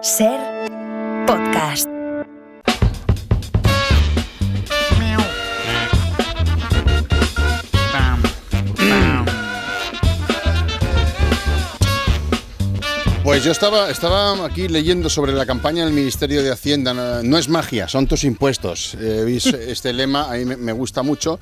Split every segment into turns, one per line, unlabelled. Ser podcast.
Pues yo estaba, estaba aquí leyendo sobre la campaña del Ministerio de Hacienda. No, no es magia, son tus impuestos. Eh, ¿veis? este lema a mí me, me gusta mucho.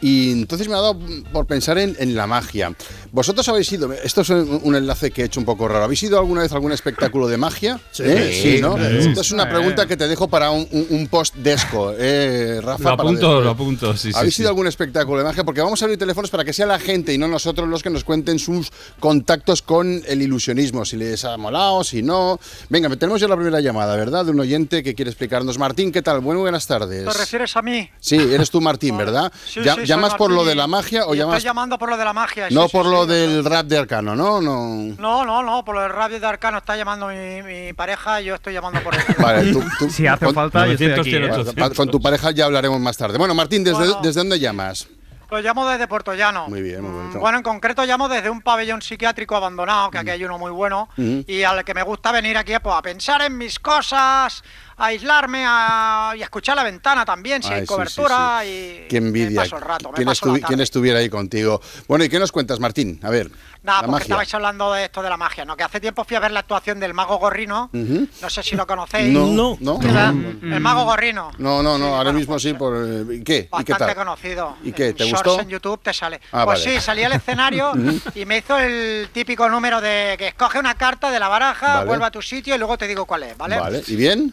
Y entonces me ha dado por pensar en, en la magia. Vosotros habéis ido, esto es un un enlace que he hecho un poco raro. ¿Habéis ido alguna vez a algún espectáculo de magia? ¿Eh?
Sí.
sí ¿no?
Sí.
Esta es una pregunta que te dejo para un, un- un post desco, eh, Rafa.
Lo
para
apunto,
después.
lo apunto, sí, sí,
¿Habéis
sí.
ido a algún espectáculo de magia? Porque vamos a abrir teléfonos para que sea la gente y no nosotros los que nos cuenten sus contactos con el ilusionismo, si les ha molado, si no. Venga, tenemos ya la primera llamada, ¿verdad? De un oyente que quiere explicarnos. Martín, ¿qué tal? Bueno, buenas tardes.
¿Te refieres a mí?
Sí, eres tú Martín, ¿verdad?
Sí,
Ya-
sí, soy
¿Llamas por lo
Martín
de la magia o
y
llamas
Estoy llamando por lo de la magia. sí,
no
sí,
por
sí.
lo del rap de Arcano, no? No.
No, no, no, por lo del radio de Arcano está llamando mi, mi pareja, yo estoy llamando por eso.
Vale, tú, tú-
Si hace
con,
falta, yo estoy
900,
aquí.
100,
¿eh?
pa- pa- con tu pareja ya hablaremos más tarde. Bueno, Martín, ¿desde,
Bueno.
¿desde dónde llamas?
Lo llamo desde Puerto Llano.
Muy bien, muy bonito.
Mm, Bueno, en concreto llamo desde un pabellón psiquiátrico abandonado, que aquí hay uno muy bueno,
Mm.
y al que me gusta venir aquí pues, a pensar en mis cosas, a aislarme a- y a escuchar la ventana también, si
Ay,
hay
sí, sí,
cobertura.
sí.
Y
Qué envidia.
Me paso el rato, me
¿Quién,
paso la
estuvi-
tarde.
quién estuviera ahí contigo? Bueno, ¿y qué nos cuentas, Martín? A ver.
Nada,
la
porque
magia.
estabais hablando de esto de la magia, ¿no? Que hace tiempo fui a ver la actuación del mago Gorrino.
Ujú.
No sé si lo conocéis.
No, no, no,
El mago Gorrino.
no, no,
Sí,
ahora
bueno,
mismo sí. Por, eh, ¿Y qué? ¿Y qué
Bastante
tal?
conocido.
¿Y qué,
En
te
shorts
gustó?
en YouTube te sale.
Ah,
pues
vale.
sí, salí al escenario y me hizo el típico número de que escoge una carta de la baraja,
Vale.
vuelve a tu sitio y luego te digo cuál es, ¿vale?
Vale, ¿y bien?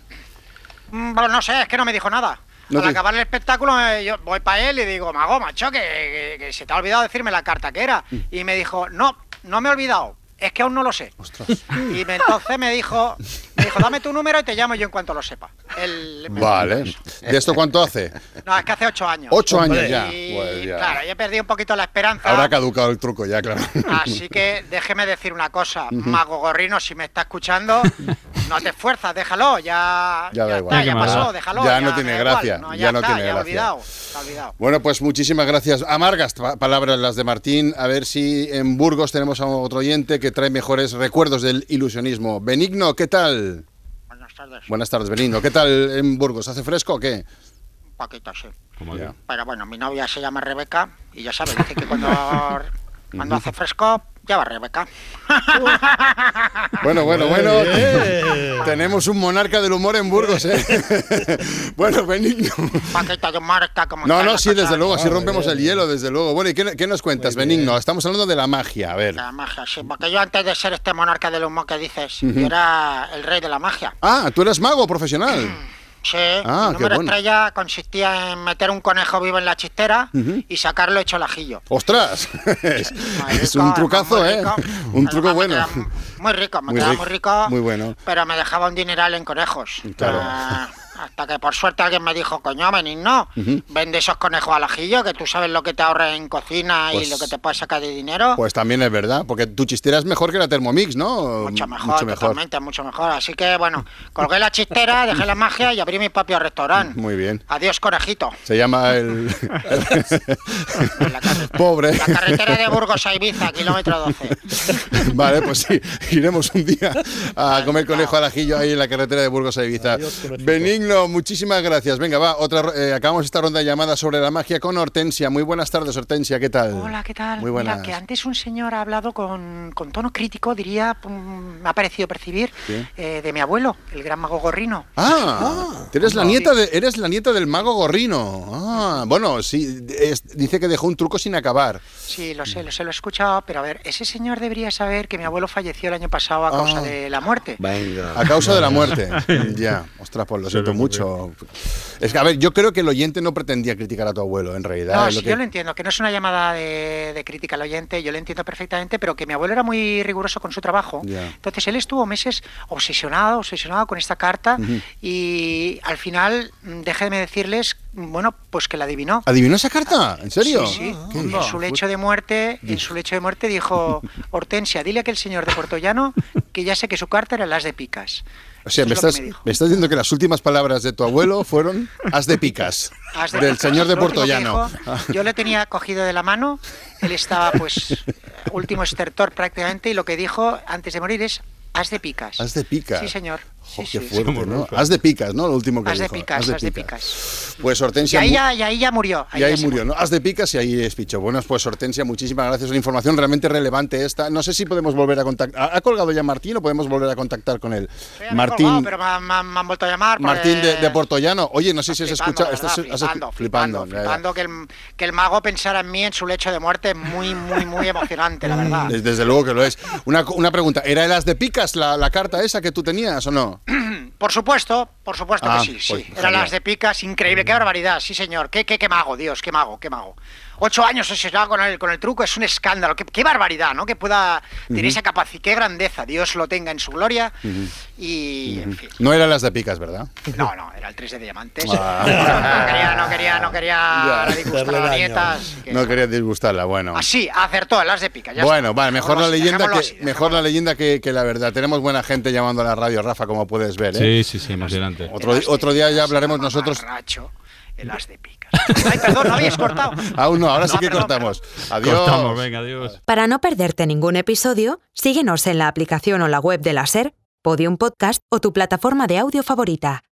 Mm, Bueno, no sé, es que no me dijo nada.
No
Al
te-
acabar el espectáculo, eh, yo voy para él y digo, Mago, macho, que, que- que se te ha olvidado decirme la carta que era.
Mm.
Y me dijo, no, no me he olvidado, es que aún no lo sé. Y me- entonces me dijo, me dijo, dame tu número y te llamo yo en cuanto lo sepa. Él me
Vale.
dijo eso.
¿De esto cuánto hace?
No, es que hace ocho años.
Ocho
Hombre.
años ya.
Y,
Pues ya.
Claro, ya Ah. perdí un poquito la esperanza.
Habrá caducado el truco ya, claro.
Así que déjeme decir una cosa, Mago Gorrino, si me está escuchando, no te esfuerzas, déjalo, ya,
Ya da
está,
igual.
Ya
ya
que me
pasó,
da.
déjalo.
Ya no
me
tiene
da igual,
gracia, ya no
está,
tiene
Ya
gracia.
olvidado, está olvidado.
Bueno, pues muchísimas gracias. Amargas pa- palabras las de Martín. A ver si en Burgos tenemos a otro oyente que trae mejores recuerdos del ilusionismo. Benigno, ¿qué tal?
Buenas tardes,
Buenas tardes, Benigno. ¿Qué tal en Burgos? ¿Hace fresco o qué?
un poquito sí.
Como
Ya.
Pero bueno, mi novia se llama Rebeca y ya sabes, dice que cuando, cuando hace fresco, ya va Rebeca.
Bueno, bueno, bueno.
Eh.
Tenemos un monarca del humor en Burgos, ¿eh? bueno, Benigno.
Paquita de marca como
No,
tal,
no,
la
sí,
cosa,
desde luego, sí
Ah, muy
rompemos el
bien.
hielo, desde luego. Bueno, ¿y qué, qué nos cuentas, Benigno? Estamos hablando de la magia, a ver.
La magia, sí, porque yo antes de ser este monarca del humo que dices, yo era el rey de la magia.
Ah, tú eres mago profesional.
Sí,
Ah,
el
qué
número
bueno.
estrella consistía en meter un conejo vivo en la chistera y sacarlo hecho lajillo.
¡Ostras! Es,
Muy rico,
es un
además
trucazo,
muy
¿eh?
rico.
Un
Además
truco
me
bueno.
quedaba m- Muy rico, me
Muy
quedaba
rico,
muy rico.
muy bueno.
Pero me dejaba un dineral en conejos.
Claro.
Ah, hasta que por suerte alguien me dijo, coño, venid, no. Vende esos conejos al ajillo, que tú sabes lo que te ahorras en cocina
Pues-
y lo que te puedes sacar de dinero.
Pues también es verdad, porque tu chistera es mejor que la Thermomix, ¿no?
Mucho mejor, totalmente, mucho mejor. Así que bueno, colgué la chistera, dejé la magia y abrí mi propio restaurante.
Muy bien.
Adiós, conejito.
Se llama el.
La carre-
Pobre.
La carretera de Burgos a Ibiza, kilómetro 12.
Vale, pues sí, iremos un día a comer conejo al ajillo ahí en la carretera de Burgos a Ibiza.
Adiós, conejito.
Benigno, muchísimas gracias. Venga, va, otra ro- eh, acabamos esta ronda de llamadas sobre la magia con Hortensia. Muy buenas tardes, Hortensia, ¿qué tal?
Hola, ¿qué tal?
Muy buenas.
Mira, que antes un señor ha hablado con, con tono crítico, diría, mm, me ha parecido percibir,
Sí.
eh, de mi abuelo, el gran mago gorrino.
Ah, eres la
no.
nieta de, eres la nieta del mago gorrino. Ah, bueno, sí, es- dice que dejó un truco sin acabar.
Sí, lo sé, lo sé, lo he escuchado, pero a ver, ese señor debería saber que mi abuelo falleció el año pasado a causa
Ah.
de la muerte.
A causa de la muerte. Ya, ostras, pues lo siento mucho. Es que, a ver, yo creo que el oyente no pretendía criticar a tu abuelo, en realidad.
No,
es lo
sí,
que-
yo lo entiendo, que no es una llamada de, de crítica al oyente, yo lo entiendo perfectamente, pero que mi abuelo era muy riguroso con su trabajo.
Ya.
Entonces él estuvo meses obsesionado, obsesionado con esta carta y al final, mm, déjenme decirles, mm, bueno, pues que la adivinó.
¿Adivinó esa carta? ¿En serio?
Sí, sí.
¿Qué
en su lecho de muerte, en su lecho de muerte dijo Hortensia, dile a aquel señor de Portollano que ya sé que su carta era las de picas.
O sea,
Esto
me
es lo que
estás,
me dijo.
me estás diciendo que las últimas palabras de tu abuelo fueron haz de picas
Has de-
del señor de
lo último
Puerto
que
Llano.
dijo, Yo le tenía cogido de la mano, él estaba pues último estertor prácticamente y lo que dijo antes de morir es haz de picas.
Haz de picas.
Sí, señor.
Jo, qué fuerte, ¿no? Haz de picas, ¿no? Lo último que
Haz de
dijo.
picas, haz de picas.
Pues
Y
Hortensia.
ahí
mu-
ya, y ahí ya murió.
y ahí
ya se
murió, ¿no? Haz de picas y ahí es picho. Bueno, pues Hortensia, muchísimas gracias. Una información realmente relevante esta. No sé si podemos volver a contactar. ¿Ha colgado ya Martín o podemos volver a contactar con él?
Sí, me
Martín.
he colgado, pero me, han- me han- me han vuelto a llamar. porque-
Martín de, de Portollano. Oye, no sé si has
Flipando,
escuchado.
la verdad,
estás- has
flipando, flipando,
escu- flipando, ya, ya.
flipando que, el, que el mago pensara en mí en su lecho de muerte es muy, muy, muy emocionante, la verdad.
Des- Desde luego que lo es. Una, co- una pregunta, ¿era el as de picas la, la carta esa que tú tenías o no?
Por supuesto, por supuesto
Ah,
que sí, sí.
pues,
Eran
genial. Mm.
las de picas, increíble, qué barbaridad, sí señor, qué, qué, qué mago, Dios, qué mago, qué mago. Ocho años asesorado con el, con el truco es un escándalo, qué, qué barbaridad, ¿no? Que pueda tener esa capacidad, qué grandeza, Dios lo tenga en su gloria. Y, en fin,
No era el as de picas, ¿verdad?
no, no, era el 3 de diamantes.
Ah.
No quería, no quería, no quería
Ya,
disgustar
hacerle
a la
daño.
nieta, así que-
No quería disgustarla, bueno.
Así, acertó el as de picas. Ah, ya
Bueno,
está.
vale, mejor la
Dejémoslo así,
leyenda
dejémoslo
que
así,
mejor la leyenda que, que la verdad. Tenemos buena gente llamando a la radio, Rafa, como puedes ver, ¿eh?
Sí, sí, sí, emocionante.
Otro,
El as de
otro día
picas,
ya hablaremos
el
nosotros.
mamarracho, El as de picas. Ay, perdón, no habéis cortado.
Aún no, ahora sí que
perdón,
cortamos.
perdón.
Adiós.
Cortamos, venga, adiós.
Para no perderte ningún episodio, síguenos en la aplicación o la web de la SER, Podium Podcast o tu plataforma de audio favorita.